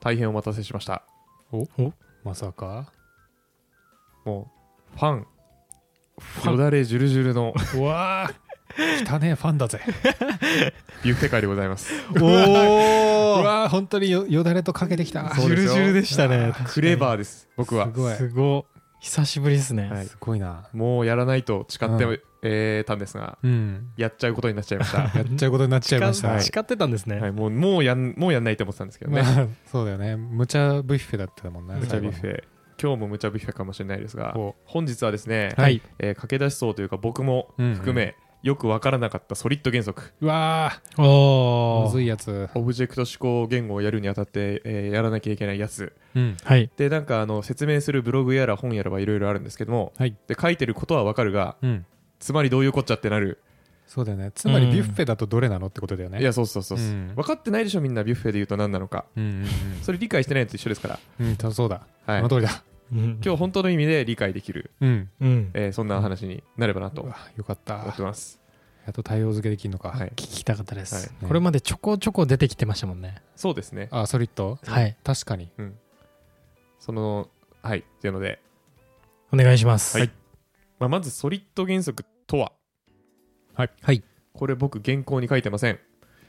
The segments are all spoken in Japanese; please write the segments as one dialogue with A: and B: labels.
A: 大変お待たせしました
B: おまさか
A: もうファン
B: ァン
A: よだれジュルジュルの
B: うわー汚ねえファン だぜ
A: ビュッフェ会でございます
B: う
C: おお
B: わー本当によよだれとかけてきた
A: そ
C: ジ
A: う
C: ュ
A: です
C: ル
A: よ
C: ジュルでしたね
A: クレバーです僕は
B: すごい
C: すごい久しぶりですね、
A: はい
B: すごいな
A: もうやらないと誓って、
B: うん
A: えーたんですが
B: うん
A: やっちゃうことになっちゃいまし
B: や
A: た
B: っちゃうことになっちゃいました
A: はい
C: 誓ってたんですね、
A: はい、もうもうやんもうやんないと思ってたんですけどね、
B: まあそうだよね無茶ブッフェだったもんね
A: 無茶ビュッフェ今日も無茶ビュッフェかもしれないですが
B: お
A: 本日はですね、
B: はい
A: えー駆け出し層というか僕も
B: うんうん
A: 含め、よくわからなかったソリッド原則
B: うわー
C: お
B: む
C: お
B: ずいやつ
A: オブジェクト指向言語をやるにあたって、えーやらなきゃいけないやつ
B: うん
C: はい
A: でなんかあの説明するブログやら本やらはいろいろあるんですけども、
B: はい
A: で書いてることはわかるが
B: うん
A: つまりどういうこっちゃってなる、
B: そうだよねつまり
C: うん
B: ビュッフェだとどれなのってことだよね
A: いやそうそうそうそう、
B: うん
A: 分かってないでしょみんなビュッフェで言うと何なのか
B: うんうん
A: それ理解してないのと一緒ですから、
B: うんうんとそうだ
A: はい
B: その、通りだ
C: うん
A: 今日本当の意味で理解できる、
B: うん
C: うん
A: えーそんな話になればなと
B: う
A: 思
B: わよかった
A: ってます、
B: やっと対応付けできるのか
A: はい、
C: 聞きたかったです、
A: はい
B: ね
C: これまでちょこちょこ出てきてましたもんね
A: そうですね
B: あソリッド
C: はい
B: 確かに
A: そのはいっていうので、
C: お願いします
A: はいまあ、まずソリッド原則とは
B: はい
C: はい
A: これ僕原稿に書いてません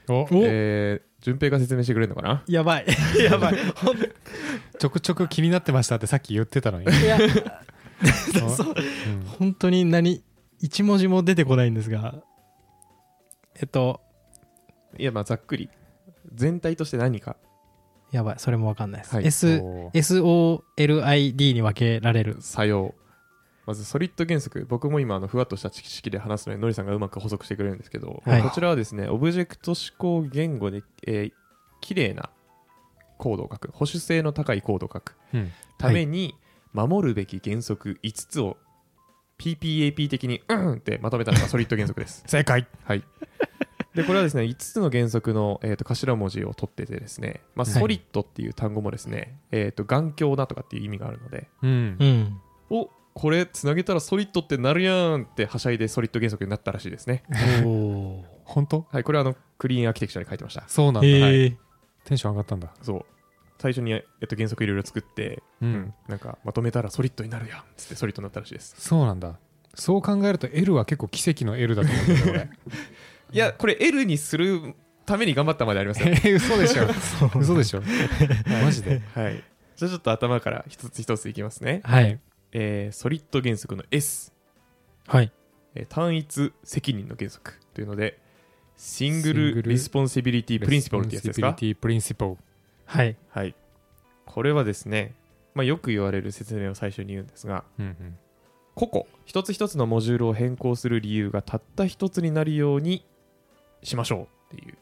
B: お
C: お
A: えー、順平が説明してくれるのかな
C: やばいやばいほん
B: ちょくちょく気になってましたってさっき言ってたのに
C: い や
B: お
C: そう
B: うん
C: 本当に何一文字も出てこないんですがえっと
A: いやまあざっくり全体として何か
C: やばいそれもわかんないです、
A: はい
C: S
B: おー
C: SOLID に分けられる
A: 作用まずソリッド原則僕も今あのふわっとした知識で話すのでノリさんがうまく補足してくれるんですけど、
C: はい
A: こちらはですねオブジェクト指向言語で、えー、綺麗なコードを書く保守性の高いコードを書く
B: うん
A: ために守るべき原則5つを PPAP 的にうんってまとめたのがソリッド原則 です
B: 正解
A: はい。で、これはですね、5つの原則の、えー、と頭文字を取っててですね、まあ、
B: はい
A: ソリッドっていう単語もですね、えっ、と、頑強なとかっていう意味があるので、
B: うん
C: うん
A: おこれつなげたらソリッドってなるやんってはしゃいでソリッド原則になったらしいですね。
C: おお
B: 本当
A: はい、これはあの、クリーンアーキテクチャに書いてました。
B: そうなんだ
C: へ
B: はい
C: え
B: テンション上がったんだ
A: そう。最初に、えっと原則いろいろ作って、う
B: う
A: んん、なんかまとめたらソリッドになるやんっつってソリッドになったらしいです。
B: そうなんだそう考えると L は結構奇跡の L だと思うんだけど俺
A: いや、これ L にするために頑張ったまでありますよ。
B: え 嘘でしょ嘘でしょマジ で
A: はい。じゃあちょっと頭から一つ一ついきますね。
C: はい
A: えー、ソリッド原則の S。
C: はい
A: えー単一責任の原則というので、シングル
B: シングル
A: リスポンシビリティプリンシパルってやつですか
B: Responsibility Principle
C: はい
A: はい。これはですね、まあ、よく言われる説明を最初に言うんですが、
B: うんうん
A: 個々、一つ一つのモジュールを変更する理由がたった一つになるようにしましょうっていう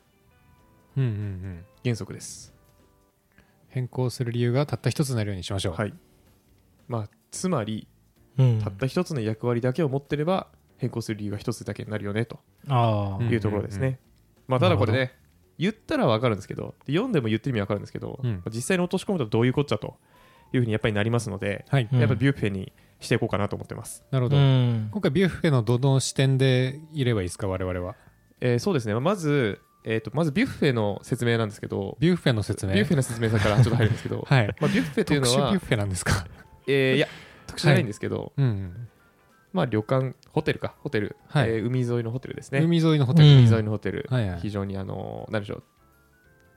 B: うんうんうん
A: 原則です。
B: 変更する理由がたった一つになるようにしましょう
A: はい。まあ、つまり、
C: うん
A: たった一つの役割だけを持ってれば、変更する理由が一つだけになるよねと
C: ああ、
B: うん
A: いうところですね。まあ、ただこれ
C: な
A: ね、言ったら分かるんですけど、で読んでも言ってる意味分かるんですけど、
B: うん
A: 実際に落とし込むとどういうこっちゃというふうにやっぱりなりますので、
B: はい
C: うん
A: やっぱビュッフェにしていこうかなと思ってます。
B: なるほ
C: う
B: ど
C: ん
B: 今回ビュッフェのどの視点でいればいいですか我々は
A: えーそうですね、まあまず、えー、とまずビュッフェの説明なんですけど、
B: ビュッフェの説
A: ビ
B: 明
A: ュッフェの説明さんからちょっと入るんですけど、
B: はい
A: まあ、ビュッフェという
B: 特
A: の
B: 殊
A: は
B: ビュッ、フェなんですか
A: えーいや、特殊じゃないんですけど、
B: うん
A: まあ、旅館、ホテルか、ホテル、
B: はい
A: えー海沿いのホテルです
B: うん
A: ね、
B: 海沿いのホテル
C: うん
A: 海沿いのホテル、
B: はいはい
A: 非常に、あのーなんでしょう、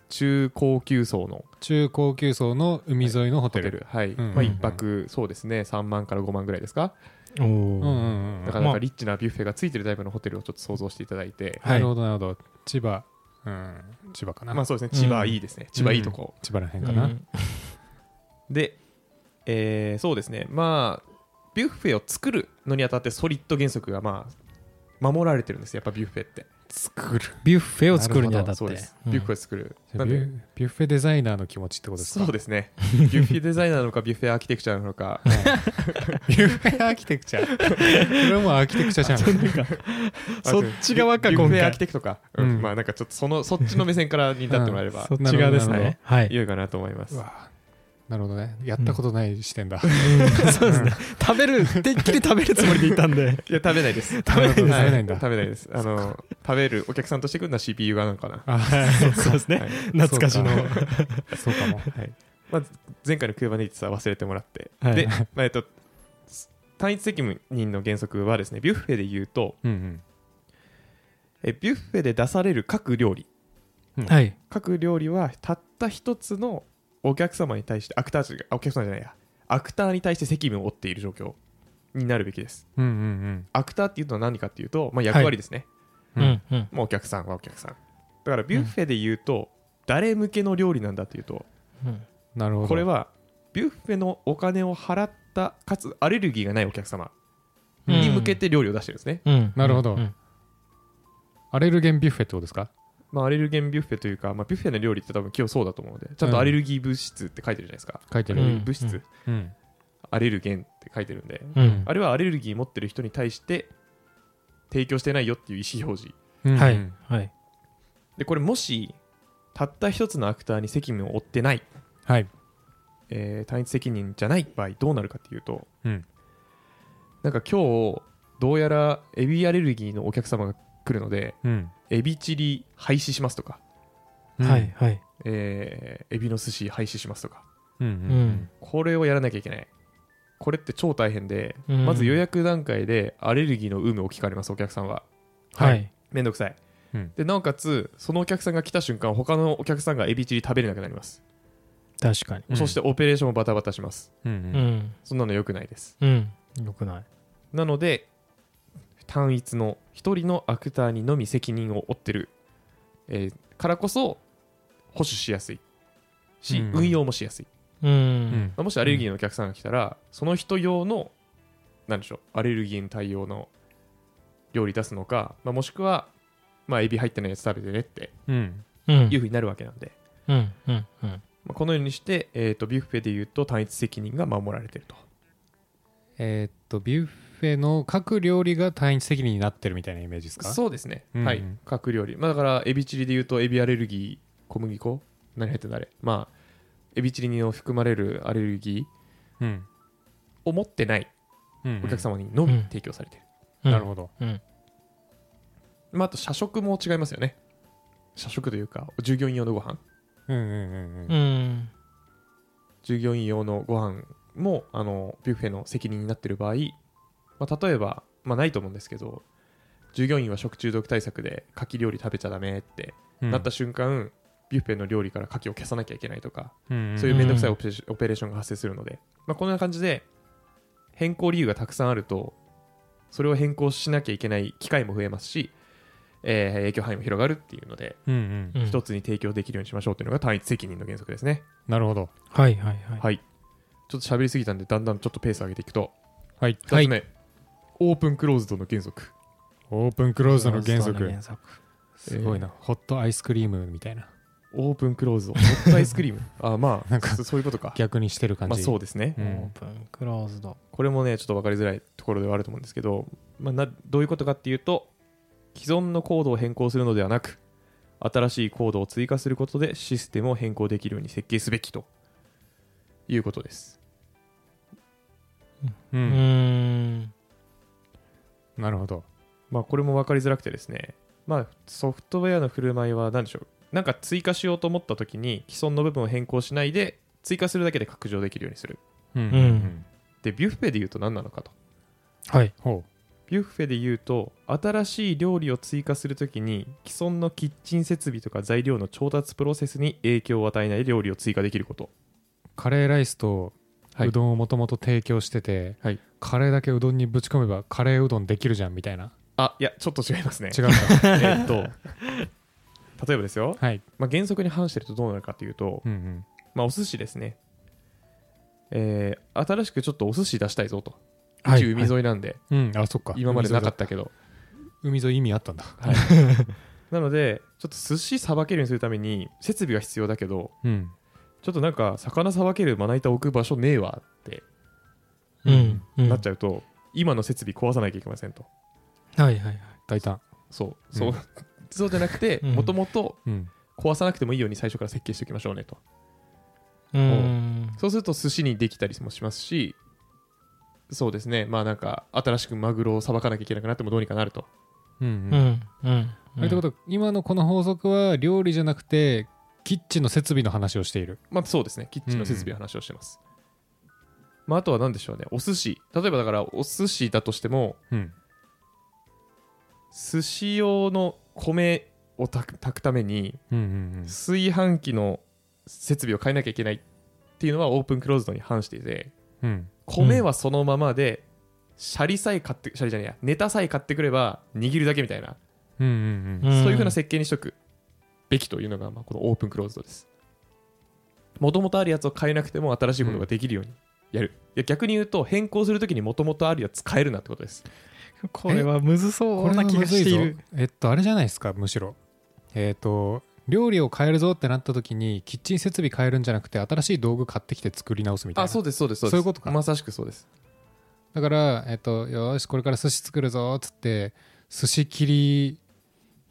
A: 中高級層の
B: 中高級層の海沿いのホ
A: ホ
B: テ
A: テ
B: ル
A: ル、はい、
B: うん
A: まあ、一泊、そうですね、3万から5万ぐらいですか、
C: お
B: うんうん
C: お
B: うん
A: なかな
C: ま
A: か
C: あ
A: リッチなビュッフェがついてるタイプのホテルをちょっと想像していただいて、
C: はい
B: なるほどなるほど千葉うん千葉かな
A: まあそうですね、
C: う
A: 千
C: ん
A: 葉いいですね、千葉いいとこ。
B: 千葉らへんかな
A: で、えーそうですね、まあ、ビュッフェを作るのにあたって、ソリッド原則がまあ、守られてるんですよ、やっぱビュッフェって。
B: 作る
C: ビュッフェを作るにあたって
A: そうです。ビュッフェを作る。
B: ビ
A: なんで、
B: ュビュッフェデザイナーの気持ちってことですか
A: そうですね、ビュッフェデザイナーなのか、ビュッフェアーキテクチャなのか、
B: ビュッフェアーキテクチャこれはもうアーキテクチャじゃん
C: そっち側か
A: ビュッ
C: 今
A: フェアー
C: 回
A: キテクトか、うん
B: うん
A: まあなんかちょっとそのそっちの目線からに立ってもらえれば
C: そっち側です
B: なるほどなる
C: ねはい
A: 良いかなと思います。
B: うわなるほどねやったことない視点だ、
C: そうですね。食べる、てっきり食べるつもりでいたんで。
A: いや、食べないです。食
B: べないですね
A: い、食べないです。あの、食べるお客さんとしてくるのは CPU 側なのかな。
B: あ
C: そうですね。
A: はい
C: 懐かしの。
B: そうかそうかも
A: はいまあ、前回の Kubernetes は忘れてもらって、
C: はい
A: で、まあえっと、単一責任の原則はですねビュッフェで言うと
B: うん
A: えビュッフェで出される各料理
C: はい。
A: 各料理はたった一つのお客様に対してアクターじゃあお客様じゃないやアクターに対して責務を負っている状況になるべきです
B: うんうんうん
A: アクターっていうのは何かっていうと、まあ、役割ですね、
B: うんうん。
C: うん。
A: もうお客さんはお客さんだからビュッフェで言うと、誰向けの料理なんだっていうと
C: うん
B: なるほど
A: これはビュッフェのお金を払ったかつアレルギーがないお客様に向けて料理を出してるんですね、
C: うん。
B: なるほど
C: うん
B: アレルゲンビュッフェってことですか
A: まあ、アレルゲンビュッフェというか、まあ、ビュッフェの料理って多分今日そうだと思うのでちゃんとアレルギー物質って書いてるじゃないですか、
B: 書いて
A: ア
B: る、
A: レ
B: う
A: ル
B: ん
A: ギー物質、
C: うん
A: アレルゲンって書いてるんで、
C: うん。
A: あれはアレルギー持ってる人に対して提供してないよっていう意思表示
B: うん
C: はい。はい。
A: でこれもしたった一つのアクターに責務を負ってない、
B: はい
A: えー単一責任じゃない場合どうなるかっていうと
B: うん
A: なんか今日どうやらエビアレルギーのお客様が来るので
B: うん
A: エビチリ廃止しますとか、
C: はい。はい。
A: えーエビの寿司廃止しますとか
B: うん
C: うん
A: これをやらなきゃいけないこれって超大変で、
C: うん
A: まず予約段階でアレルギーの有無を聞かれますお客さんは
C: はい。
A: めんどくさい、
B: うん
A: でなおかつそのお客さんが来た瞬間他のお客さんがエビチリ食べれなくなります、
C: 確かに。
B: うん
A: そしてオペレーションもバタバタします
B: うんう
C: うんん。
A: そんなの良くないです
C: うん。よくない。
A: なので単一の一人のアクターにのみ責任を負ってる、えーからこそ保守しやすいし、
B: うん
A: 運用もしやすい、
C: う。
B: うんん
A: まあもしアレルギーのお客さんが来たら、その人用のなんでしょうアレルギーに対応の料理出すのか、まあ、もしくは、まあ、エビ入ってないやつ食べてねって
B: うん
C: うん
A: いうふうになるわけなんで、
C: うん。うん。うん。
A: まあ、このようにして、えー、とビュッフェで言うと単一責任が守られてると
B: えーっとビュッフェの各料理が単一責任になってるみたいなイメージですか
A: そうですね、
B: うん
A: はい各料理まあだからエビチリで言うとエビアレルギー小麦粉何入ってんだあれまあエビチリに含まれるアレルギー
B: うん
A: を持ってない
B: うん
A: お客様にのみ
C: うん
A: 提供されてる、
C: うん
B: なるほど
C: うん。
A: まあ、あと社食も違いますよね社食というか従業員用のご飯
B: うんうんうんうん
C: うん。
A: 従業員用のご飯もあのビュッフェの責任になってる場合、まあ、例えば、まあ、ないと思うんですけど従業員は食中毒対策で牡蠣料理食べちゃダメって
B: うん
A: なった瞬間、ビュッフェの料理から牡蠣を消さなきゃいけないとか、
B: うんうん
A: そういうめんどくさいオペレーションオペレーションが発生するので、まあ、こんな感じで変更理由がたくさんあるとそれを変更しなきゃいけない機会も増えますし、えー影響範囲も広がるっていうので
B: うんうん
C: うん
A: 一つに提供できるようにしましょうっていうのが単一責任の原則ですね
B: なるほど
C: はい。はい。はい。
A: はいちょっと喋りすぎたんでだんだんちょっとペース上げていくと
B: はい
A: 2つ目、オープンクローズドの原則
B: オープンクローズドの原
C: クローズドの
B: 則
C: 原則。
B: すごいなホットアイスクリームみたいな
A: オープンクローズドホットアイスクリーム あまあ
B: なんか
A: そそういうことか
B: 逆にしてる感
A: まあ
B: じ
A: そうですね、
B: うん
C: オープン、クローズド。
A: これもねちょっと分かりづらいところではあると思うんですけど、まあ、などういうことかっていうと既存のコードを変更するのではなく新しいコードを追加することでシステムを変更できるように設計すべきということです
B: う
C: うんーん。
B: なるほど
A: まあこれも分かりづらくてですねまあソフトウェアの振る舞いは何でしょうなんか追加しようと思った時に既存の部分を変更しないで追加するだけで拡張できるようにする
B: うん
C: うん
A: でビュッフェで言うと何なのかと
C: はい。
B: ほ
A: ビュッフェで言うと新しい料理を追加するときに既存のキッチン設備とか材料の調達プロセスに影響を与えない料理を追加できること
B: うカレーライスとうどんをもともと提供してて、
A: はい
B: カレーだけうどんにぶち込めばカレーうどんできるじゃんみたいな
A: あいやちょっと違いますね
B: 違うか
A: えっと例えばですよ、
B: はい、
A: まあ、原則に反してるとどうなるかというと、
B: うんうん、
A: まあ、お寿司ですねえー新しくちょっとお寿司出したいぞと、
C: は
A: うち
C: い。
A: 海沿いなんで、
B: うん、あ、そっか。
A: 今までなかったけど、
B: 海沿いだ。海沿い意味あったんだ。
A: なので、ちょっと寿司さばけるようにするために、設備が必要だけど、
B: うん。
A: ちょっとなんか、魚さばけるまな板置く場所ねえわって
C: うん。うん
A: なっちゃうと、今の設備壊さなきゃいけませんと
C: はい。はい。
B: 大胆。
A: そう
B: うん
A: そう、 そうじゃなくて
C: うん
A: もともと
B: うん。
A: 壊さなくてもいいように最初から設計しておきましょうねと
C: うん。
A: そうすると寿司にできたりもしますし、そうですね、まあなんか新しくマグロをさばかなきゃいけなくなってもどうにかなると。
B: うん
C: う
B: うん
C: ん。うん。
B: ということは今のこの法則は料理じゃなくてキッチンの設備の話をしている
A: まあそうですね、キッチンの設備の話をしてます。まああとは何でしょうね、お寿司。例えばだからお寿司だとしても、
B: うん
A: 寿司用の米を炊く炊くために、
B: うんうん
A: 炊飯器の設備を変えなきゃいけないっていうのはオープンクローズドに反していて、
B: うんうん
A: 米はそのままで、シャリさえ買って、シャリじゃねえや、ネタさえ買ってくれば握るだけみたいな。
B: うんうん
C: ん
A: そういうふうな設計にしとくべきというのが、まあ、このオープンクローズドです。もともとあるやつを変えなくても新しいことができるようにやる。いや逆に言うと、変更するときにもともとあるやつ変えるなってことです。
C: これはむずそ
B: こ
C: う
B: れ
C: な
B: は
C: 気
B: む
C: が
B: ず
C: し
B: い
C: てい
B: ぞ
C: る。
B: えっとあれじゃないですかむしろえっ、と料理を変えるぞってなった時にキッチン設備変えるんじゃなくて新しい道具買ってきて作り直すみたいな
A: あ、そうです、そうです、そうです。
B: そういうことか
A: まさしくそうです。
B: だから、えっと、よーし、これから寿司作るぞっつって、寿司切り、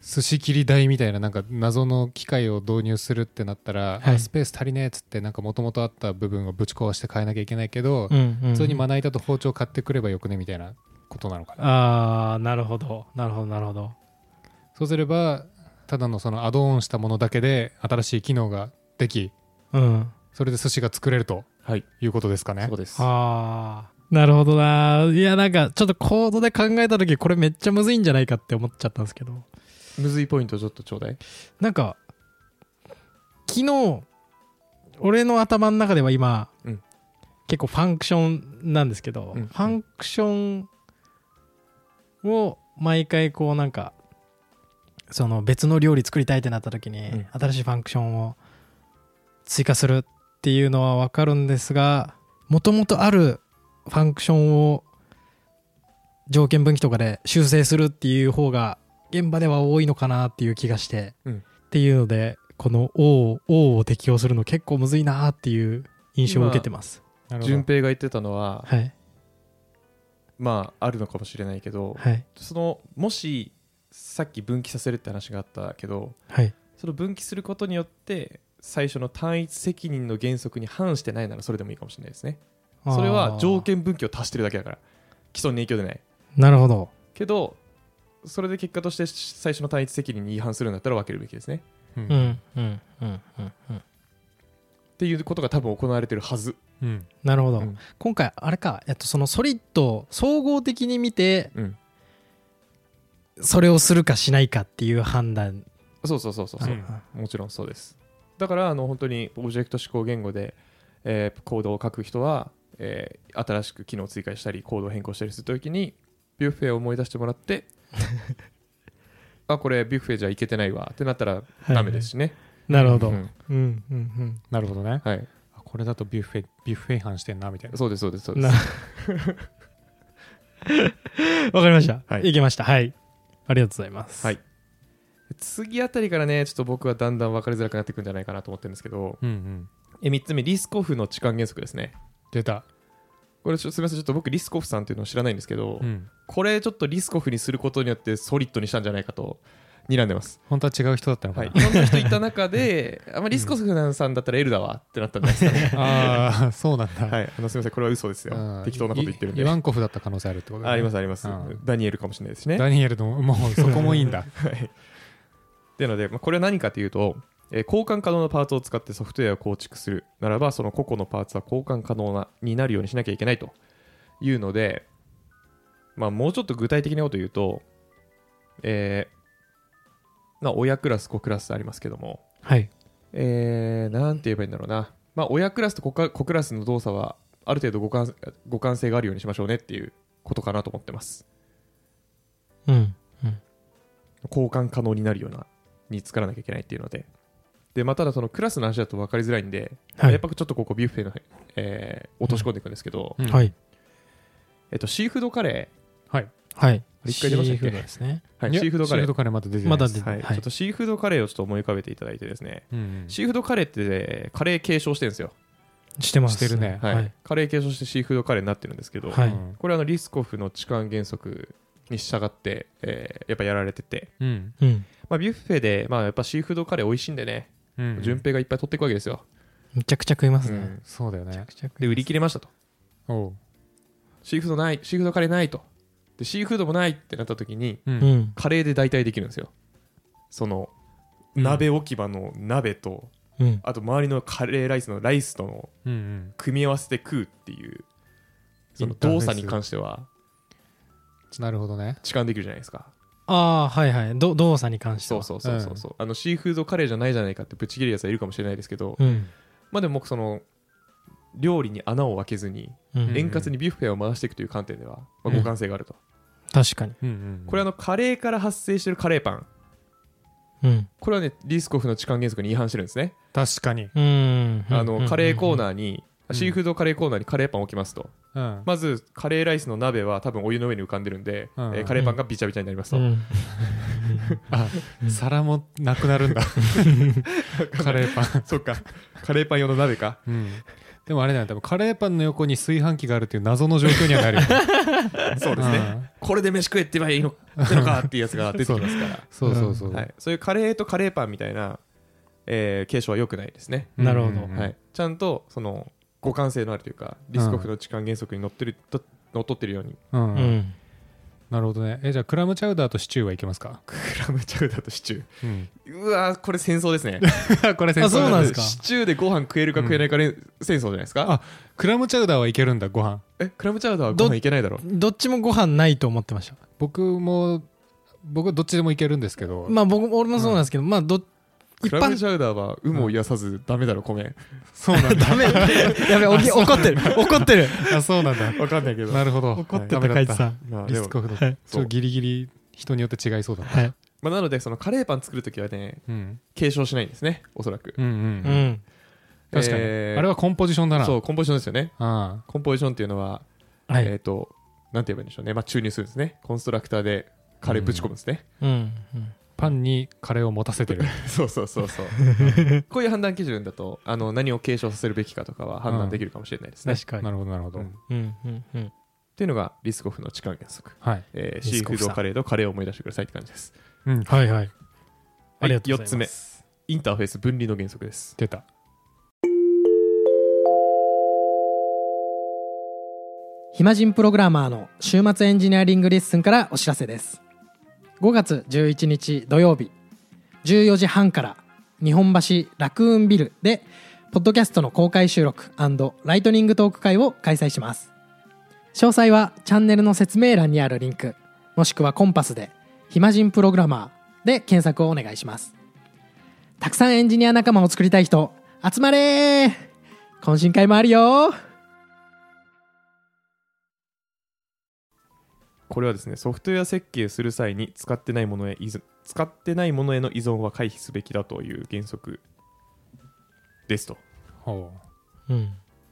B: 寿司切り台みたいな、なんか謎の機械を導入するってなったら、
C: はい
B: あスペース足りねえっつって、なんかもともとあった部分をぶち壊して変えなきゃいけないけど、
C: うんうん
B: 普通にまな板と包丁買ってくればよくねみたいなことなのかな。
C: ああ、なるほど。なるほど、なるほど。
B: そうすれば、ただのそのアドオンしたものだけで、新しい機能ができ、
C: うん。
B: それで寿司が作れると
A: はい、
B: いうことですかね
A: そう。です。
C: ああ。なるほどな。いや、なんか、ちょっとコードで考えたとき、これめっちゃむずいんじゃないかって思っちゃったんですけど。
A: むずいポイントちょっとちょうだい。
C: なんか、昨日、俺の頭の中では今、
A: うん
C: 結構ファンクションなんですけど、
A: うん
C: ファンクションを毎回こうなんか、その別の料理作りたいってなった時に、
A: うん
C: 新しいファンクションを追加するっていうのはわかるんですが、もともとあるファンクションを条件分岐とかで修正するっていう方が現場では多いのかなっていう気がして、
A: うん
C: っていうのでこの O を「O」を適用するの結構むずいなっていう印象を受けてます
B: なるほど
A: 順平が言ってたのは、
C: はい
A: まあ、あるのかもしれないけど、
C: はい
A: その、もし、さっき分岐させるって話があったけど、
C: はい
A: その分岐することによって、最初の単一責任の原則に反してないならそれでもいいかもしれないですね。それは条件分岐を足してるだけだから基礎に影響出ない
C: なるほど
A: けどそれで結果として最初の単一責任に違反するんだったら分けるべきですね
B: うん
C: うんうんうんうんうん
A: っていうことが多分行われてるはず、
B: うん
C: なるほど、
A: うん
C: 今回あれか、えっと、そのソリッドを総合的に見て
A: うん
C: それをするかしないかっていう判断
A: そうそうそうそうそう、もちろんそうですだからあの本当にオブジェクト思考言語で、えーコードを書く人は、えー新しく機能を追加したりコードを変更したりするときにビュッフェを思い出してもらって あこれビュッフェじゃいけてないわってなったらダメですしね、
C: なるほど、
A: う
C: うん
A: ん
C: うんうん
B: なるほどね。
A: はい
B: あこれだとビュッフェ、ビュッフェ違反してんな、みたいな。
A: そうですそうですそう
C: うん
A: です
C: なわかりました、、
A: はいい
C: けましたはいありがとうございます、
A: はい次あたりからね、ちょっと僕はだんだん分かりづらくなってくんじゃないかなと思ってるんですけど、
B: うんうん。
A: え3つ目、リスコフの痴漢原則ですね。
B: 出た。
A: これちょ、すみません、ちょっと僕、リスコフさんっていうのを知らないんですけど、
B: うん。
A: これちょっとリスコフにすることによってソリッドにしたんじゃないかと、睨んでます。
B: 本当は違う人だったのか
A: は
B: な、
A: い、いろんな人いた中で、 あんまリスコフさんだったら L だわってなったんですかね。
B: ああ そうなんだ、
A: はい、あのすみません、これは嘘です
B: う
A: よ
B: ん。
A: 適当なこと言ってるん
B: イ
A: で。
B: イワ
A: あ
B: ンコフだった可能性あるってことだね
A: あります、あります
B: うん。
A: ダニエルかもしれないですしね。
B: ダニエルのもうそこもいいんだ
A: はい。なので、まあ、これは何かというと、えー交換可能なパーツを使ってソフトウェアを構築するならば、その個々のパーツは交換可能なになるようにしなきゃいけないというので、まあ、もうちょっと具体的なことを言うと、えーまあ、親クラス、子クラスありますけども、
C: はい
A: えーなんて言えばいいんだろうな、まあ、親クラスと子か子クラスの動作は、ある程度互換互換性があるようにしましょうねっていうことかなと思ってます。
C: うん
A: 交換可能になるようなに作らなきゃいけないっていうので。で、まあ、ただそのクラスの話だと分かりづらいんで、
C: はい
A: やっぱちょっとここビュッフェの、えー落とし込んでいくんですけど、
B: うん
C: はい
A: えっと、シーフードカレ
C: はい
A: あ一回出ましたっけ
C: シーフードですね
A: ー、はいい、
B: や
A: シーフードカレー、
B: シーフードカレーまだ出てない
C: まだ
B: です
C: 出て
A: はい
C: はい
A: ちょっとシーフードカレーをちょっと思い浮かべていただいてですね、
B: うんうん
A: シーフードカレーって、カレー継承してるんですよ、
C: してます
B: してるね
A: はい
C: はい
A: カレー継承してシーフードカレーになってるんですけど、
C: は
B: う
C: い
B: ん
A: これあのリスコフの痴漢原則に従って、えーやっぱやられてて、
B: うん
C: うん
A: まあ、ビュッフェで、まあ、やっぱシーフードカレー美味しいんでね、
B: うん
A: 順平がいっぱい取っていくわけですよ。
C: むちゃくちゃ食いますね、
A: うん
B: そうだよね
C: むちゃくちゃ食い
A: で売り切れましたと
B: おう
A: シーフードないシーフードカレーないとでシーフードもないってなった時に
B: うん
C: うん
A: カレーで代替できるんですよその
B: うん
A: 鍋置き場の鍋と、
C: うん
A: あと周りのカレーライスのライスとの
B: うんうん
A: 組み合わせて食うっていうその
B: インターフ
A: 動
B: ェース
A: 作に関しては
B: なるほどね
A: 痴漢できるじゃないですか
C: ああはいはいど動作に関して
A: そう
C: は
A: そうそうそうそう、あのシーフードカレーじゃないじゃないかってぶち切るやつはいるかもしれないですけど、
C: うん
A: まあでも僕その料理に穴を開けずに
C: うん、
B: うん
A: 円滑にビュッフェを回していくという観点では、まあ、互換性があると、
C: 確かに、
B: うんうん
A: これあのカレーから発生してるカレーパン
C: うん
A: これはねリスコフの痴漢原則に違反してるんですね、
B: 確かに
C: うん、
A: あのカレーコー
C: ー
A: ナーに
B: うん
A: シーフードカレーコーナーにカレーパン置きますと、
B: うん
A: まずカレーライスの鍋は多分お湯の上に浮かんでるんで、
B: うん
A: えーカレーパンがびちゃびちゃになりますと、
C: うん
B: あ皿もなくなる んだカレーパン
A: そっかカレーパン用の鍋か
B: うんでもあれだよ多分カレーパンの横に炊飯器があるっていう謎の状況にはなるよね
A: そうですね、
B: ん
A: これで飯食えって言えばいいのってのかっていうやつが出てきます から
B: そうそうそう、
A: はい、そういうカレーとカレーパンみたいな、えー、継承は良くないですね、
B: うん
C: なるほど
B: うん
A: はい、ちゃんとその互換性のあるというかリスコフの痴漢原則にのってるとのっとってるように
B: うん
C: うん
B: なるほどねえじゃあクラムチャウダーとシチューはいけますか、
A: クラムチャウダーとシチュ
B: うん
A: ーうわーこれ戦争ですね
B: これ
C: あそうなんですか
A: シチューでご飯食えるか食えないか、ね戦争じゃないですか
B: あクラムチャウダーはいけるんだご飯
A: えクラムチャウダーはご
C: ど
A: 飯いけないだろ
C: どっちもご飯ないと思ってました
B: 僕も僕どっちでもいけるんですけど、
C: まあ僕も俺もそうなんですけど、まあどっ
A: ク
C: 一
A: ラム
C: 般
A: チャウダーは有無を癒さずダメだろ米
B: そうな んだ
C: ダメ やべおき怒ってる怒ってる
B: あそうな んだ
A: わかんないけど
B: なるほど
C: 怒ってた
B: ダメだ
C: カ
B: っ
C: イツさん
A: まあ
B: リ
A: で
B: ス
A: も
B: クオフのち
C: はい
B: ょっとギリギリ人によって違いそうだな、
C: はい
A: まあ、なのでそのカレーパン作るときはね
B: うん、
A: 継承しないんですねおそらく、
B: うんうん
C: う
B: うん
C: ん
B: 確かに、
A: えー
B: あれはコンポジションだな
A: そうコンポジションですよね
B: あ
A: コンポジションっていうのは
C: はい、
A: えっ、と、なんて言えばいいんでしょうね。まあ、注入するんですね。コンストラクターでカレーぶち込むんですね。
C: うん
B: パンにカレーを持たせてる
A: そうそうそう そう。こういう判断基準だと、あの、何を継承させるべきかとかは判断できるかもしれないですね。
C: 確かに
B: なるほどなるほど、
A: うんっ
C: うんうんうん
A: ていうのが、リスコフの痴漢原則。
B: はい、
A: えー
C: リ
A: シ
C: ス
A: ー
C: コ
A: フ
C: フ
A: ー
C: さん
A: ドカレーのカレーを思い出してくださいって感じです。
B: うん、
C: はいはいありがとうご
A: 4
C: ざ
A: つ
C: いま
A: 目
C: す、
A: インターフェース分離の原則です。
B: 出た
C: 暇人プログラマーの週末エンジニアリングレッスンからお知らせです5月11日土曜日14時半から日本橋ラクーンビルでポッドキャストの公開収録ライトニングトーク会を開催します詳細はチャンネルの説明欄にあるリンクもしくはコンパスで「暇人プログラマー」で検索をお願いしますたくさんエンジニア仲間を作りたい人集まれー懇親会もあるよー
A: これはですね、ソフトウェア設計する際に使ってないものへ依存、使ってないものへの依存は回避すべきだという原則ですと。
B: ほ
C: うん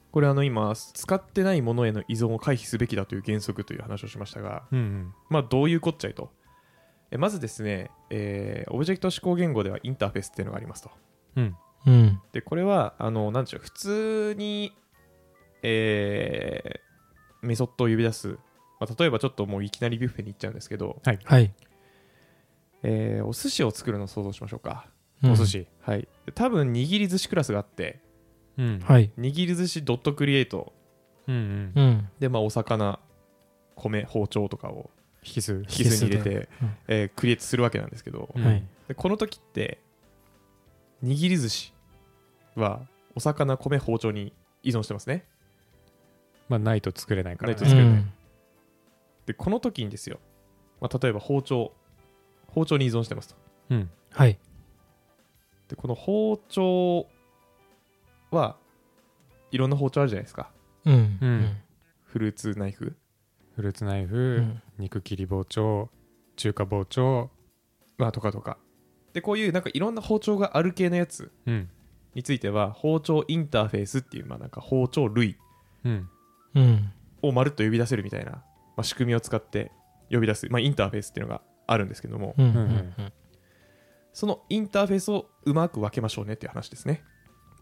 A: これあの今使ってないものへの依存を回避すべきだという原則という話をしましたが、
B: う、うん
A: まあ、どういうこっちゃいと。えまずですね、えーオブジェクト指向言語ではインターフェースっていうのがありますと。
B: うんうん、
C: うん
A: で、これは、あの、なんでしょう、普通に、えーメソッドを呼び出す。まあ、例えばちょっともういきなりビュッフェに行っちゃうんですけど、
B: はい、
C: はい。
A: えーお寿司を作るのを想像しましょうか。
C: うん
B: お寿。司、
A: はい。で多分、握り寿司クラスがあって、
B: うん
C: はい。
A: 握り寿司ドットクリエイト
B: うんうん、
C: うん。
A: で、まあ、お魚、米、包丁とかを
B: 引数
A: 引数に入れて
C: うん、
A: えークリエイトするわけなんですけど、
C: はい
A: でこの時って握り寿司はお魚米包丁に依存してますね
B: まあないと作れないから、
A: ないと作れない
C: うん
A: でこの時にですよ、まあ、例えば包丁包丁に依存してますと
B: うん
C: はい。
A: でこの包丁はいろんな包丁あるじゃないですか
C: うん。
B: うん
A: フルーツナイフ
B: フルーツナイフ、
C: ん
B: 肉切り包丁中華包丁
A: まあとかとかでこういうなんかいろんな包丁がある系のやつ
B: うん
A: については包丁インターフェースっていうまあなんか包丁類
B: うん
C: うん。
A: をまるっと呼び出せるみたいな、まあ、仕組みを使って呼び出す、まあ、インターフェースっていうのがあるんですけども、
C: うん。うん
B: う
C: う
B: ん
C: ん
A: そのインターフェースをうまく分けましょうねっていう話ですね。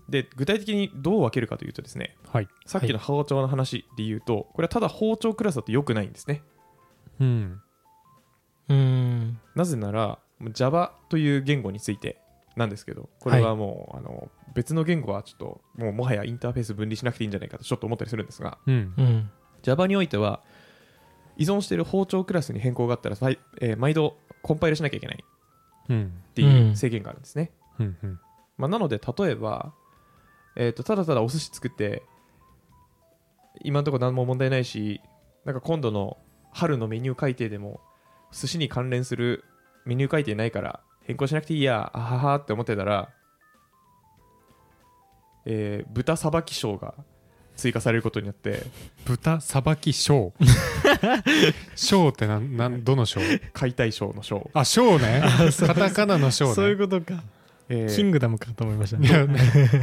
A: で、具体的にどう分けるかというとですね、
B: はい
A: さっきの包丁の話で言うと、これはただ包丁クラスだと良くないんですね。
B: うん
C: うん。
A: なぜなら、Java という言語について、なんですけどこれはもう、あの別の言語はちょっともうもはやインターフェース分離しなくていいんじゃないかとちょっと思ったりするんですが
B: うん。
C: うん。
A: Java においては依存している包丁クラスに変更があったら、さいえー毎度コンパイルしなきゃいけない
B: うん。
A: っていうん制限があるんですね、
B: うん。うん。
A: まあ、なので例えば、えー、とただただお寿司作って今のところ何も問題ないしなんか今度の春のメニュー改定でも寿司に関連するメニュー改定ないから変更しなくていいやあははって思ってたら、えー豚さばき賞が追加されることになって
B: 豚さばきショ ー。ショーってなん、なん、どのショー
A: 解体賞の賞、
B: あ、ショーね。カタカナのショーね。
C: そういうことか。
A: え
C: キ
A: ー
C: ングダムかと思いました
B: いやね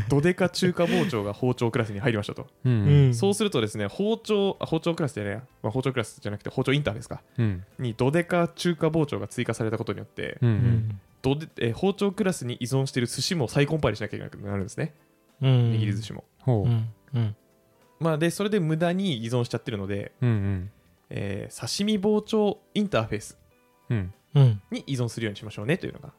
A: ドデカ中華包丁が包丁クラスに入りましたと、
B: う。
C: うんん。
A: そうするとですね包丁あ包丁クラスじゃないや、まあ、包丁クラスじゃなくて包丁インターですか
B: うん。
A: にドデカ中華包丁が追加されたことによって、
B: う。
C: うんん。
A: ドデえー包丁クラスに依存している寿司も再コンパイルしなきゃいけなくなるんですね、
C: うん。
A: 握り寿司も。
B: ほ
C: う
B: う。
C: ん。うん。
A: まあ、でそれで無駄に依存しちゃってるので、
B: うん。
A: えー刺身包丁インターフェース
B: うん。うん。
C: うん。
A: に依存するようにしましょうねというのが、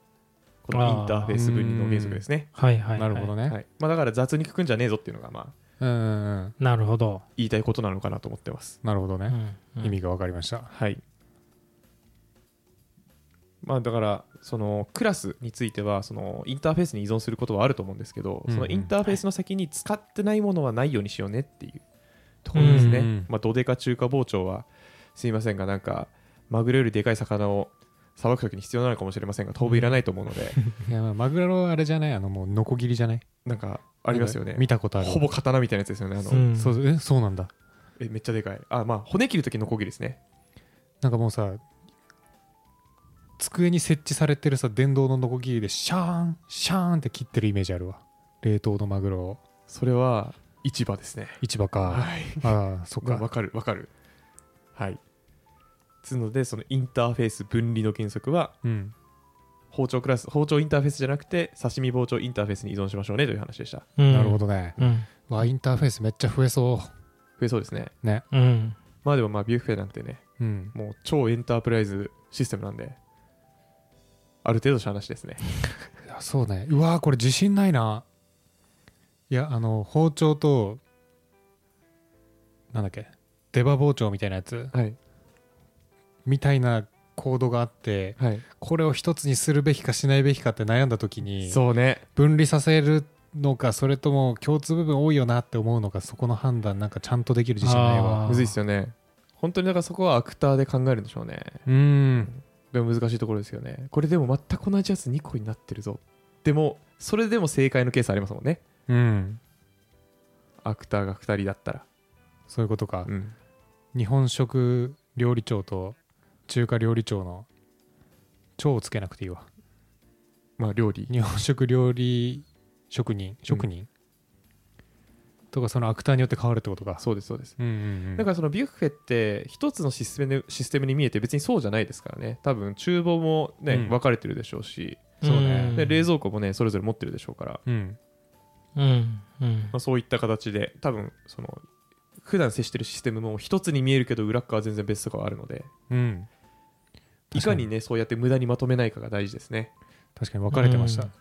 A: このインターフェース分離の原則ですね。
C: はいはいはい。
B: なるほどね。
A: はいまあ、だから雑にくくんじゃねえぞっていうのが、まあ、
B: うんうんうん。
C: なるほど。
A: 言いたいことなのかなと思ってます。
B: なるほどね。
C: うん
B: 意味がわかりました。
A: はいまあ、だからそのクラスについてはそのインターフェースに依存することはあると思うんですけど、
B: うんうん
A: そのインターフェースの先に使ってないものはないようにしようねっていうところですね、
B: うんうん
A: まあ、ドデカ中華包丁はすいませんがなんかマグロよりでかい魚をさばくときに必要なのかもしれませんが当分いらないと思うので
B: いやまあマグロあれじゃないあのもうノコギリじゃない
A: なんかありますよ
B: なん
A: ね
B: か見たことある
A: ほぼ刀みたいなやつですよねあの、
C: うん
B: そうえそうなんだ
A: えめっちゃでかいあまあ骨切るときのこぎですね
B: なんかもうさ机に設置されてるさ電動のノコギリでシャーンシャーンって切ってるイメージあるわ冷凍のマグロを
A: それは市場ですね
B: 市場か
A: はい
B: ああそっ
A: わわ
B: か
A: かるわかるはいつのでそのインターフェース分離の原則は
B: うん
A: 包丁クラス包丁インターフェースじゃなくて刺身包丁インターフェースに依存しましょうねという話でした
C: うん
B: なるほ。どね
C: うん。
B: わインターフェースめっちゃ増えそ
A: 増えそうですね
C: うん。
A: まあでもまあビュッフェなんてね
B: ううん
A: もう超エンタープライズシステムなんである程度した話ですね
B: いやそうねうわーこれ自信ないないやあの包丁となんだっけ出刃包丁みたいなやつ
A: はい
B: みたいなコードがあって
A: はい
B: これを一つにするべきかしないべきかって悩んだ時に
A: そうね
B: 分離させるのかそれとも共通部分多いよなって思うのかそこの判断なんかちゃんとできる自信ない
C: あ
B: わ
C: ー
A: むずいっすよね本当にだからそこはアクターで考えるんでしょうね
B: うーん
A: でも難しいところですよねこれでも全く同じやつ2個になってるぞでもそれでも正解のケースありますもんね
B: うん
A: アクターが2人だったら
B: そういうことか、
A: うん
B: 日本食料理長と中華料理長の長をつけなくていいわ
A: まあ料理
B: 日本食料理職人職人、とかそのアクターによって変わるってことか
A: そうですそうです、
B: うんうんうん
A: だからそのビュッフェって一つのシステムシステムに見えて別にそうじゃないですからね多分厨房もね、
B: うん
A: 分かれてるでしょうし、
B: そうね
A: で冷蔵庫もねそれぞれ持ってるでしょうから、
B: うん
C: うん。うん
A: まあ、そういった形で多分その普段接してるシステムも一つに見えるけど裏っ側は全然別とかはあるので
B: うん
A: い
B: 確
A: か
B: かに
A: にねそうやって無駄にまとめないかが大事ですね
B: 確かに分かれてました、
C: うん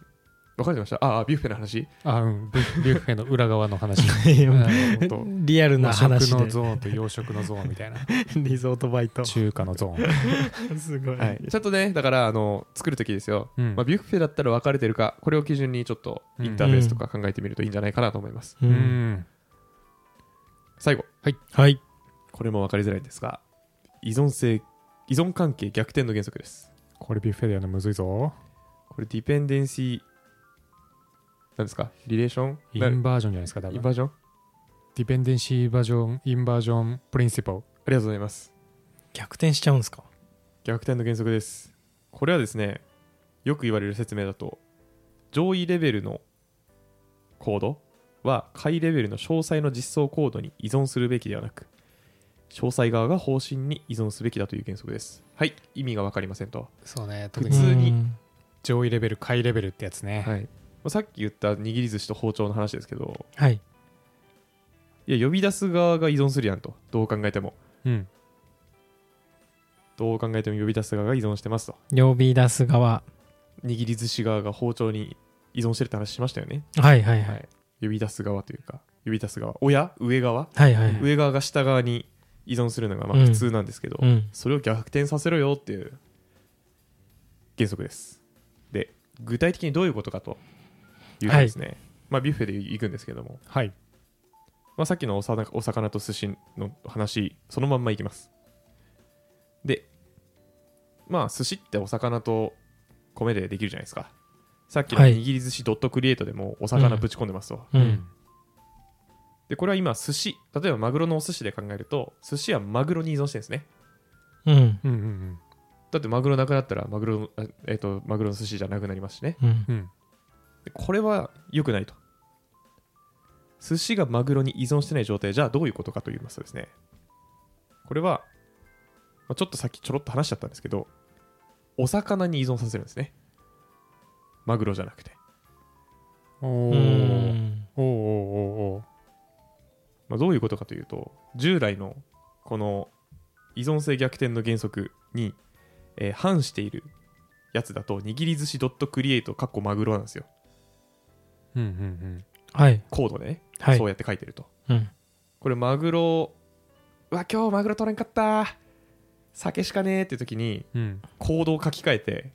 A: 分かれてましたああビュッフェの話
B: あうんビュビュッフェの裏側の話
C: いや
B: うん
A: 本当
C: リアル な
B: 和食
C: 話で
B: のゾーンと洋食のゾーンみたいな
C: リゾートバイトす
B: 中華のゾーン、
C: ごい、
A: はい、ちゃんとねだからあの作るときですよ、
B: うん
A: まあ、ビュッフェだったら分かれてるかこれを基準にちょっとインターフェースとか考えてみるといいんじゃないかなと思います、
C: う
B: うんん
A: 最後
C: はい
A: これも分かりづらいんですが依存性依存関係逆転の原則です
B: これビュッフェだよねむずいぞ
A: これディペンデンシーなんですかリレーション
B: イ
A: な
B: ンバージョンじゃないですか多
A: イン
B: 分
A: バージョンあ
B: ディペンデンシーバージョンインバージョンプリンシパル
A: りがとうございます
C: 逆転しちゃうんですか
A: 逆転の原則ですこれはですねよく言われる説明だと上位レベルのコードは下位レベルの詳細の実装コードに依存するべきではなく詳細側が方針に依存すべきだという原則ですはい意味が分かりませんと
B: そうね
A: 特
B: 特
A: に
B: に
A: 普通に
C: うん
B: 上位レベル下位レベルってやつね、
A: はい、さっき言った握り寿司と包丁の話ですけど
C: はい
A: いや呼び出す側が依存するやんとどう考えても
B: うん
A: どう考えても呼び出す側が依存してますと
C: 呼び出す側
A: 握り寿司側が包丁に依存してるって話しましたよね、
C: はいはいはい。
A: 呼び出す側というか呼び出す側親上側、
C: はいはい。
A: 上側が下側に依存するのがまあ
C: うん
A: 普通なんですけど、
C: うん。
A: それを逆転させろよっていう原則ですで具体的にどういうことかというとですね、まあ、ビュッフェで行くんですけども、
B: はい
A: まあ、さっきのおさなお魚と寿司の話そのまんまいきますでまあ寿司ってお魚と米でできるじゃないですかさっきの
C: はい
A: 握り寿司ドットクリエイトでもお魚ぶち込んでますと、
C: うん。
A: でこれは今寿司例えばマグロのお寿司で考えると寿司はマグロに依存してるんですね
C: うん。
B: うんうん
A: だってマグロなくなったらマグロの、あえっとマグロの寿司じゃなくなりますしね
C: うん。
B: うん
A: でこれは良くないと寿司がマグロに依存してない状態じゃあどういうことかと言いますとですねこれは、まあ、ちょっとさっきちょろっと話しちゃったんですけどお魚に依存させるんですねマグロじゃなくて、
B: お
C: う
B: ー
C: ん。
B: おーおーおーおー
A: まあ、どういうことかというと従来のこの依存性逆転の原則に、えー反しているやつだと握り寿司ドットクリエイトかっこマグロなんですよ
B: うんうん
C: はい。
A: コードでね
C: はい
A: そう。やって書いてると。
C: うん。
A: これマグロ、うわ、今日マグロ取れんかった。酒しかねえって時に、
B: うんうん
A: コードを書き換えて、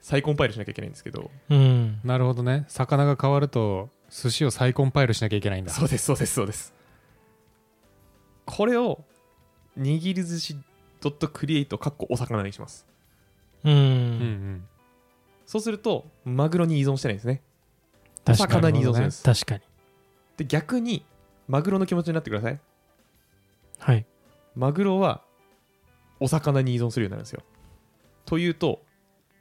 A: 再コンパイルしなきゃいけないんですけど、
C: うん。
B: なるほどね魚が変わると寿司を再コンパイルしなきゃいけないんだ
A: そうです、そうです、そうです。これを、握り寿司 .create かっこお魚にします。
C: う。
B: うんうんん
A: そうすると、マグロに依存してないんですね。お
C: 確か
A: 魚
C: に。
A: に依存するんです。
C: 確かに。
A: で、逆に、マグロの気持ちになってください。
C: はい。
A: マグロはお魚に依存するようになるんですよ。というと、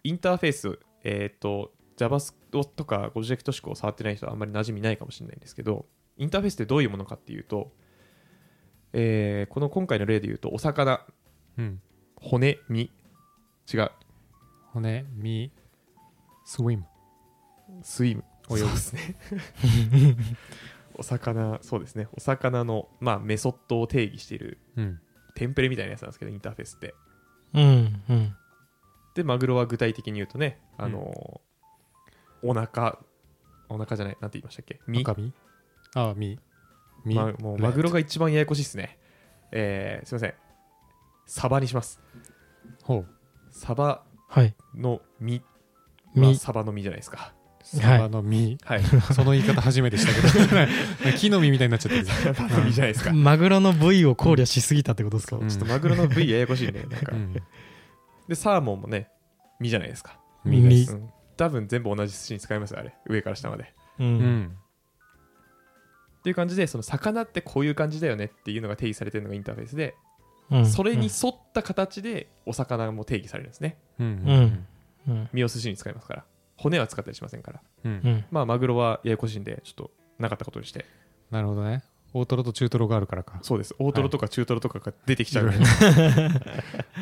A: インターフェース、えっ、と、Java とか Object 思考を触ってない人はあんまり馴染みないかもしれないんですけど、インターフェースってどういうものかっていうと、えーこの今回の例で言うと、お魚、
B: うん
A: 骨、身、違う、
B: 骨身スウィム
A: スイム、
B: 泳ぐ
A: そうですね。お魚、そうですね。お魚の、まあ、メソッドを定義している
B: うん
A: テンプレみたいなやつなんですけど、インターフェースって。
C: うん。うん。
A: でマグロは具体的に言うとねあのーお腹お腹じゃないなんて言いましたっけ身、
B: 赤身ああ身身
A: ま、もうマグロが一番ややこしいですねえー、すいませんサバにします
B: ほう
A: サバ
C: はい。
A: の身は
C: み。
A: サバの身じゃないですか
B: サバの身
A: はい
B: その言い方初めてした けど木の実みたいになっちゃってる
A: サバの身じゃないですか、
C: マグロの部位を考慮しすぎたってことですか
A: そうちょっとマグロの部位ややこしいねなんか、
B: うん
A: でサーモンもね身じゃないですか、
B: 身です
A: うん、多分全部同じ寿司に使いますよあれ上から下まで
C: う。
B: うんん
A: っていう感じでその魚ってこういう感じだよねっていうのが定義されてるのがインターフェースで
C: うん
A: それに沿った形でお魚も定義されるんですね。
B: うん
C: うんうん。
A: 身を寿司に使いますから。骨は使ったりしませんから。
B: うん
C: うん。
A: まあ、マグロはややこしいんで、ちょっとなかったことにして。
B: なるほどね大トロと中トロがあるからか
A: そうです。大トロとか中トロとかが出てきちゃうぐらい、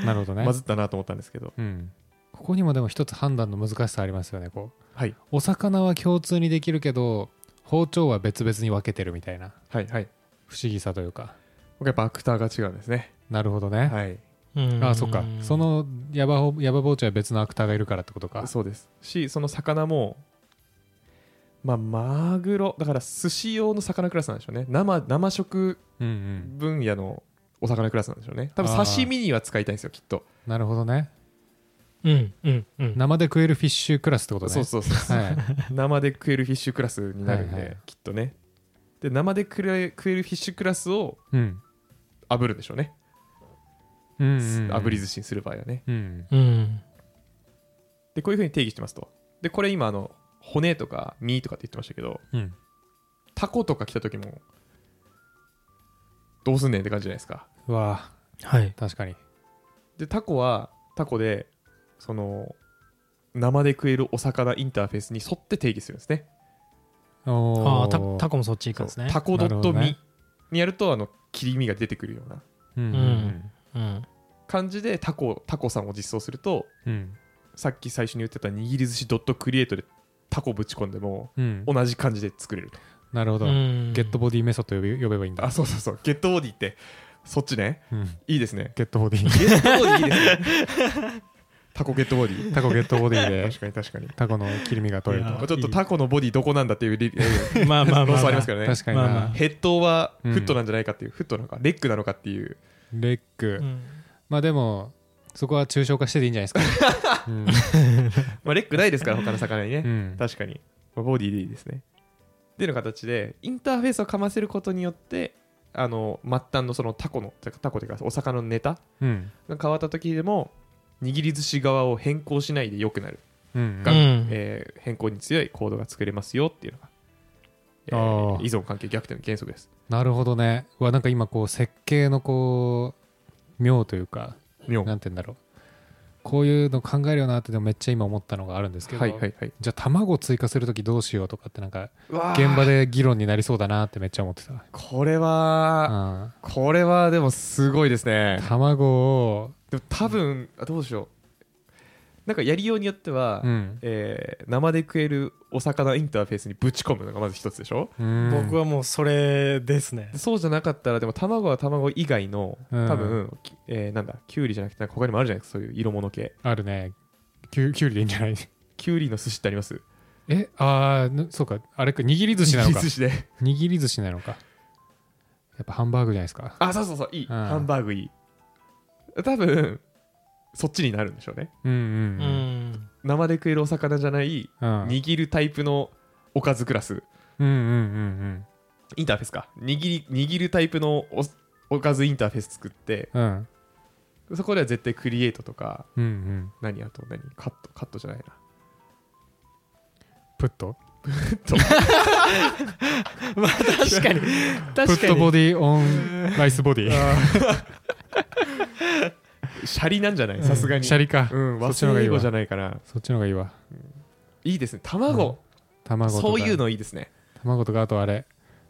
B: なるほどね
A: まずったなと思ったんですけど。
B: うんここにもでも一つ判断の難しさありますよねこう
A: はい。
B: お魚は共通にできるけど包丁は別々に分けてるみたいな
A: はいはい。
B: 不思議さというか
A: 僕はやっぱアクターが違うんですね。
B: なるほどね、
A: はい。
C: うん
B: ああそっかそ、のヤバホヤバ包丁は別のアクターがいるからってことか
A: そうです。し、その魚も、まあ、マグロ、だから寿司用の魚クラスなんでしょうね。生、生食
B: うんうん
A: 分野のお魚クラスなんでしょうね。多分
B: あー
A: 刺身には使いたいんですよ、きっと。
B: なるほどね
C: うんうんうん。
B: 生で食えるフィッシュクラスってことね
A: そうそうそう。
B: はい、
A: 生で食えるフィッシュクラスになるんで、
B: はいはい
A: きっとねで生で食え食えるフィッシュクラスを
B: うん
A: 炙るんでしょうね、
B: うんうんうん
A: 炙り寿司にする場合はね
B: うん
C: うん。
A: でこういうふうに定義してますとでこれ今あの骨とか身とかって言ってましたけど
B: うん
A: タコとか来た時もどうすんねんって感じじゃないですか
B: うわあ
C: はい。
B: 確かに
A: でタコはタコでその生で食えるお魚インターフェースに沿って定義するんですね
B: お
C: ああ、たタ
B: コ
C: コもそっち行くんですね。
A: タコド
B: なる
A: ッ
B: ほ
A: ト
B: ど
A: 身
B: ね
A: にやるとあの切り身が出てくるような
B: うんうん
C: うん。
A: 感じでタコタコさんを実装すると
B: うん
A: さっき最初に言ってた握り寿司ドットクリエイトでタコぶち込んでも
B: うん
A: 同じ感じで作れると、
B: なるほど、
C: うん
B: ゲットボディメソッド呼べ呼べばいいんだ
A: あそうそうそうゲットボディってそっちね
B: うん
A: いいですね
B: ゲットボディ
A: ゲットボディいいですねタコゲットボディ
B: タコゲットボディで
A: 確かに確かに
B: タコの切り身が取れる
C: い
B: と
C: や
A: まあちょっとタコのボディどこなんだっていう理
C: ま あまあ
A: 論
C: まあ、
A: 争
C: ま
A: あ
C: あ、
A: りますからね
B: 確かにな、
C: まあまあ
A: ヘッドはフ
B: うん
A: ットなんじゃないかっていう、フットなのかレッグなのかっていう
B: レッグ、
C: うん
B: まあでもそこは抽象化してでいいんじゃないですか、うん
A: まあレッグないですから他の魚にね、
B: うん
A: 確かにまあボディでいいですねっていうような形でインターフェースをかませることによってあの末端のそのタコのてかタコというかお魚のネタ
B: うん
A: が変わった時でも握り寿司側を変更しないで良くなる、
B: うん
A: が
C: うん
A: えー変更に強いコードが作れますよっていうのが、え
B: あ
A: ー
B: ー
A: 依存関係逆転の原則です
B: なるほどねうわなんか今こう設計のこう妙というか
A: 妙は
B: なんて言うんだろうこういうの考えるよなってでもめっちゃ今思ったのがあるんですけ
A: い
B: ど、
A: はいはい
B: じゃあ卵を追加するときどうしようとかってなんか現
A: 現
B: 場
A: 場で
B: で議論になりそうだなってめっちゃ思ってた、
A: これは、
B: うん、
A: これはでもすごいですね
B: 卵を、
A: でも多分あどうしようなんかやりようによっては、
B: うん
A: えー生で食えるお魚インターフェースにぶち込むのがまず一つでしょ
B: うん、
C: 僕はもうそれですね
A: で。そうじゃなかったらでも卵は卵以外の
B: うん
A: 多分、きえーなんだきゅうりじゃなくてなんか他にもあるじゃないですかそういう色物系
B: あるねきゅきゅうりでいいんじゃない
A: きゅうりの寿司ってあります
B: えああそうかあれか握り寿司なのか
A: 寿司で
B: 握り寿司なのかやっぱハンバーグじゃないですか
A: あそうそうそういい、
B: ん
A: ハンバーグいい多分そっちになるんでしょうね
B: うん
C: う
B: うんうん
C: ん。
A: 生で食えるお魚じゃない
B: うん
A: 握るタイプのおかずクラス
B: うんうんうん
A: インターフェースか握り握るタイプのおおかずインターフェース作って
B: うんうん
A: そこでは絶対クリエイトとか
B: うんうん
A: 何あと何カットカットじゃないな
B: プット
C: まあ 確かに。
B: プ
C: 確
B: ッ
C: か
B: ト
C: に。
B: ボディオンライスボディ
A: シャリなんじゃないさすがに
B: シャリか、
A: うん
B: そ
A: 和
B: っちの方が
A: 製
B: いい
A: 英
B: わ
A: 語じゃないかな
B: そっちの方がいいわ
A: いいですね卵、
B: 卵とか
A: そういうのいいですね
B: 卵とかあとあれ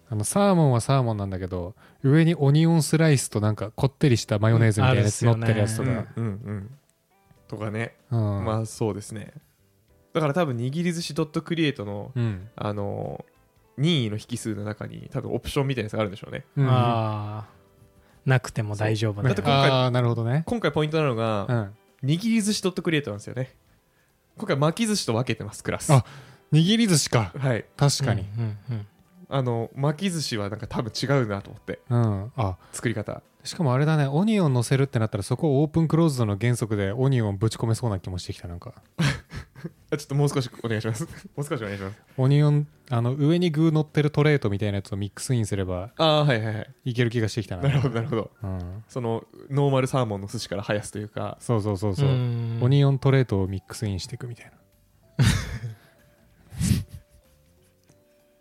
B: あのサーモンはサーモンなんだけど上にオニオンスライスとなんかこってりしたマヨネーズみたいなやつ
C: うん
B: 乗
C: あ
B: っ
C: るっすよね
B: てるやつ
A: う
B: と
A: んう
B: か、
A: んうんとかね、
B: うん
A: まあそうですねだから多分握り寿司 .create の
B: うん
A: あのー任意の引数の中に多分オプションみたいなやつがあるんでしょうね
B: うん
C: ああ。なくても大丈夫
A: だ
C: な
A: って今回
B: ああなるほどね
A: 今回ポイントなのが、
B: うん
A: 握り寿司 .create なんですよね今回巻き寿司と分けてますクラス
B: あ握り寿司か
A: はい
B: 確かに。
C: うんうん
A: あの巻き寿司はなんか多分違うなと思って
B: うん、あ
A: 作り方
B: しかもあれだねオニオン乗せるってなったらそこをオープンクローズドの原則でオニオンぶち込めそうな気もしてきたなんか
A: あちょっともう少しお願いします もう少しお願いします
B: オニオンあの上に具乗ってるトレートみたいなやつをミックスインすれば
A: ああはいはいはい
B: いける気がしてきたな
A: なるほどなるほど
B: うん、
A: そのノーマルサーモンの寿司から生やすというか
B: そうそうそう
C: う
B: そう、
C: ん。
B: オニオントレートをミックスインしていくみたいな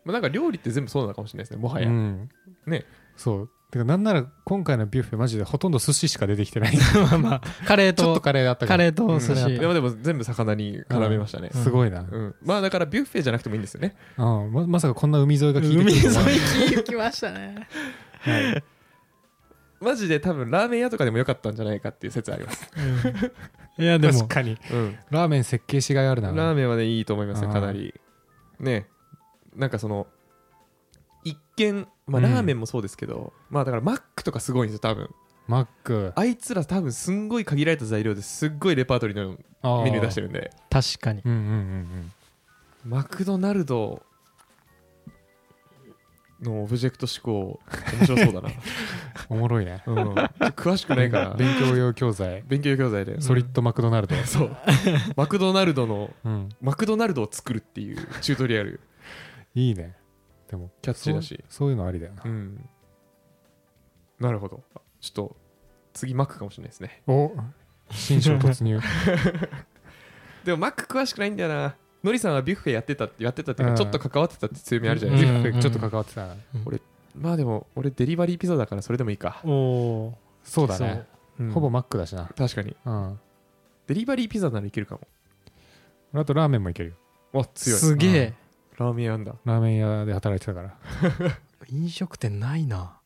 A: まあ、なんか料理って全部そうなのかもしれないですねもはや、
B: うん、
A: ね
B: そうてかなんなら今回のビュッフェマジでほとんど寿司しか出てき てない
C: まあまあ。カレー
B: ちょ
C: と
B: っと、カレーだった
C: カ
B: けど
C: レーと
A: う
C: 寿
A: んで
C: 司。
A: もでも全部魚に絡めましたね、
C: うん
B: すごいな、
A: うんまあだからビュッフェじゃなくてもいいんですよね
B: うんままさかこんな海沿いが効いて
C: 海沿い
B: くるとは
C: 聞きましたね。
B: はい
A: マジで多分ラーメン屋とかでもよかったんじゃないかっていう説あります、
C: いやで
B: 確
C: も、
B: かに
A: うん、
B: ラーメン設計しがいあるな
A: ラーメンはねいいと思いますよ
B: あー
A: かなりねなんかその一見ま
B: う
A: あ
B: ん
A: ラーメンもそうですけど、まあだからマックとかすごいんですよ多分
B: マック
A: あいつら多分すんごい限られた材料ですっごいレパートリーのメニュー出して
B: る
A: るんで
C: 確かに。
B: うんうんうん
A: マクドナルドのオブジェクト思考面白そうだな、
B: うんおもろいね
A: うん、詳しくないから
B: 勉強用教材
A: 勉強教材で、
B: ソリッドマクドナルド、
A: そう マクドナルドの
B: うん、
A: マクドナルドを作るっていうチュートリアル
B: いいねでも
A: キャッチーだし
B: そうそういうのありだよな
A: うんなるほどちょっと次マックかもしれないですね
B: お新章 突入
A: でもマック詳しくないんだよなのりさんはビュッフェやってたってやってたっていうか
B: うん
A: ちょっと関わってたって強みあるじゃない
B: ビ
A: です
B: ュ
A: か、
B: ッフェちょっと関わってたな
A: まあでも俺デリバリーピザだからそれでもいいか、
C: おお
B: そうだね
A: うん
B: ほぼマックだしな
A: 確かに
B: うん
A: デリバリーピザならいけるか
B: あとラーメンもいけるよ
A: もわ
C: ー。
A: 強い
C: すげえ。
A: ラーメン屋なんだ
B: ラーメン屋で働いてたから
C: 飲食店ないな。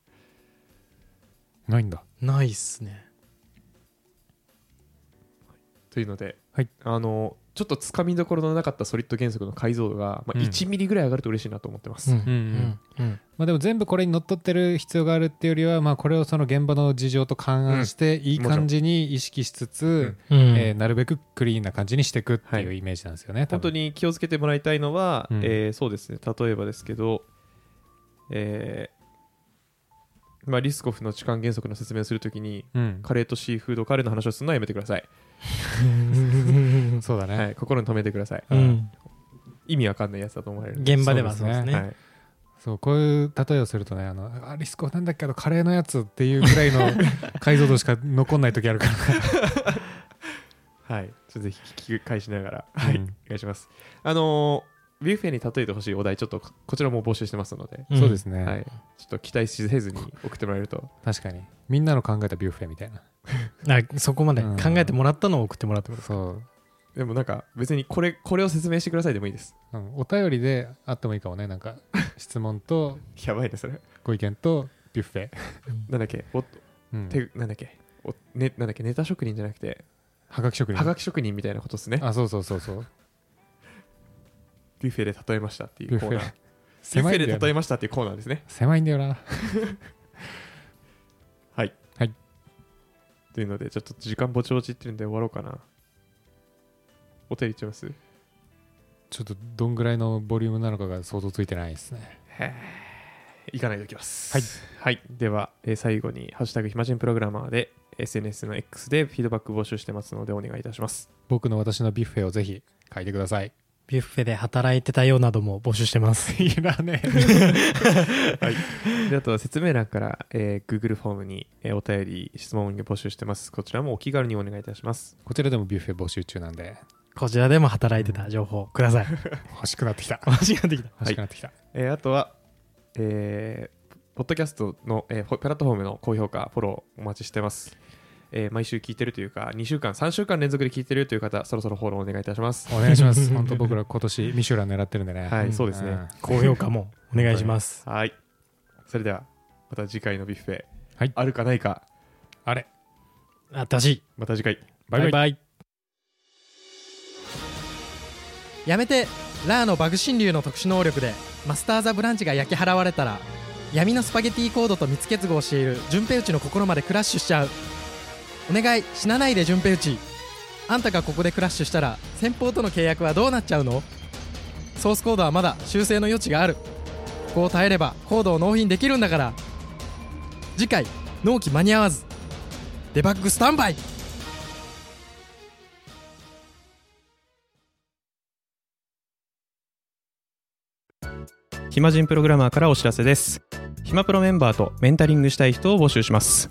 B: ないんだ
C: ないっすね。
A: というので、
B: はい
A: あのちょっとつかみどころのなかったソリッド原則の解像度が、まあ、
B: うん
A: 1ミリぐらい上がると嬉しいなと思ってます、
C: う
A: うん
C: んうんうん
B: まあ、でも全部これにのっとってる必要があるっていうよりは、まあ、これをその現場の事情と勘案していい感じに意識しつつ、
C: うん
B: えーなるべくクリーンな感じにしていくってい
A: は
B: う
A: い
B: イメージなんですよね、多
A: 本当
B: 分
A: に気をつけてもらいたいのは、
B: うん
A: えーそうですね例えばですけど、えーまあ、リスコフの痴漢原則の説明をするときに
B: うん
A: カレーとシーフードカレーの話をするのはやめてください、
B: そうだね、
A: はい、心に留めてください、
C: うん
A: 意味わかんないやつだと思われる
C: 現場ではそうですね
A: はい、
B: そうこういう例えをするとねあのあリスコなんだっけどカレーのやつっていうぐら いの解像度しか残んない時あるから、
A: はい、ちょっとぜひ聞き返しながら、はい、
B: うん
A: お願いしますあのービュッフェに例えてほしいお題ちょっとここちらも募集してますので、
C: うん
B: そうですね、
A: はい、ちょっと期待しせずに送ってもらえると
B: 確かにみんなの考えたビュッフェみたいな
C: あそこまで
B: うん
C: 考えてもらったのを送ってもらってこと
B: そう、
A: でもなんか別にこれこれを説明してくださいでもいい です
B: うん、お便りであってもいいかもねな んか質問と
A: やばいねそれ
B: ご意見とビュッフェ、
A: なんだっけお
B: うん、
A: 手なんだっけお、ね、なんだっけネタ職人じゃなくて
B: はがき職人
A: はがき職人みたいなことですね
B: あそうそうそうそう
A: ビュッフェで例えましたってい
B: ビュ
A: う
B: ッ
A: コ
B: フ
A: ーナービュッ
B: ェ
A: フ
B: 狭いん
A: ェ
B: だ
A: で
B: よな
A: 例えましたっていうコーナーですね
B: 狭いんだよな
A: はい
B: はい
A: というのでちょっと時間ぼちぼちってるんで終わろうかなお手入れいっちゃいます
B: ちょっとどんぐらいのボリュームなのかが想像ついてないですね
A: 行かないでおきます。はい。では、えー最後に、ハッシュタグ暇人プログラマーで、SNS の X でフィードバック募集してますので、お願いいたします。
B: 僕の私のビュッフェをぜひ書いてください
C: ビュッフェで働いてたよなども募集してます
B: いらね
A: であとは説明欄から、えー Google フォームに、えーお便り、質問を募集してます。こちらもお気軽にお願いいたします。
B: こちらでもビュッフェ募集中なんで
C: こちらでも働いてた情報ください
B: 欲しくなってきた
C: 間違ってきた
B: 欲しくなってきた、
A: えーあとは、えーポッドキャストの、えーポプラットフォームの高評価、フォローお待ちしてます。えー毎週聞いてるというか、2週間、3週間連続で聞いてるという方、そろそろフォローお願いいたします。
B: お願い します本当僕ら今年ミシュラン狙ってるんでね
A: はい、そう
B: う
A: ですね。
B: ん
C: 高評価もお願いします
A: はい。それでは、また次回のビュッフェ、
B: はい
A: あるかないか、
B: あれ
C: 私
A: また次回。
B: バイバイ
C: イやめてラーのバグ神流の特殊能力でマスター・ザ・ブランチが焼き払われたら闇のスパゲティコードと見つけつ合をしている順平内の心までクラッシュしちゃうお願い死なないで順平内あんたがここでクラッシュしたら先方との契約はどうなっちゃうのソースコードはまだ修正の余地があるここを耐えればコードを納品できるんだから次回納期間に合わずデバッグスタンバイ
A: 暇人プログラマーからお知らせです。暇プロメンバーとメンタリングしたい人を募集します。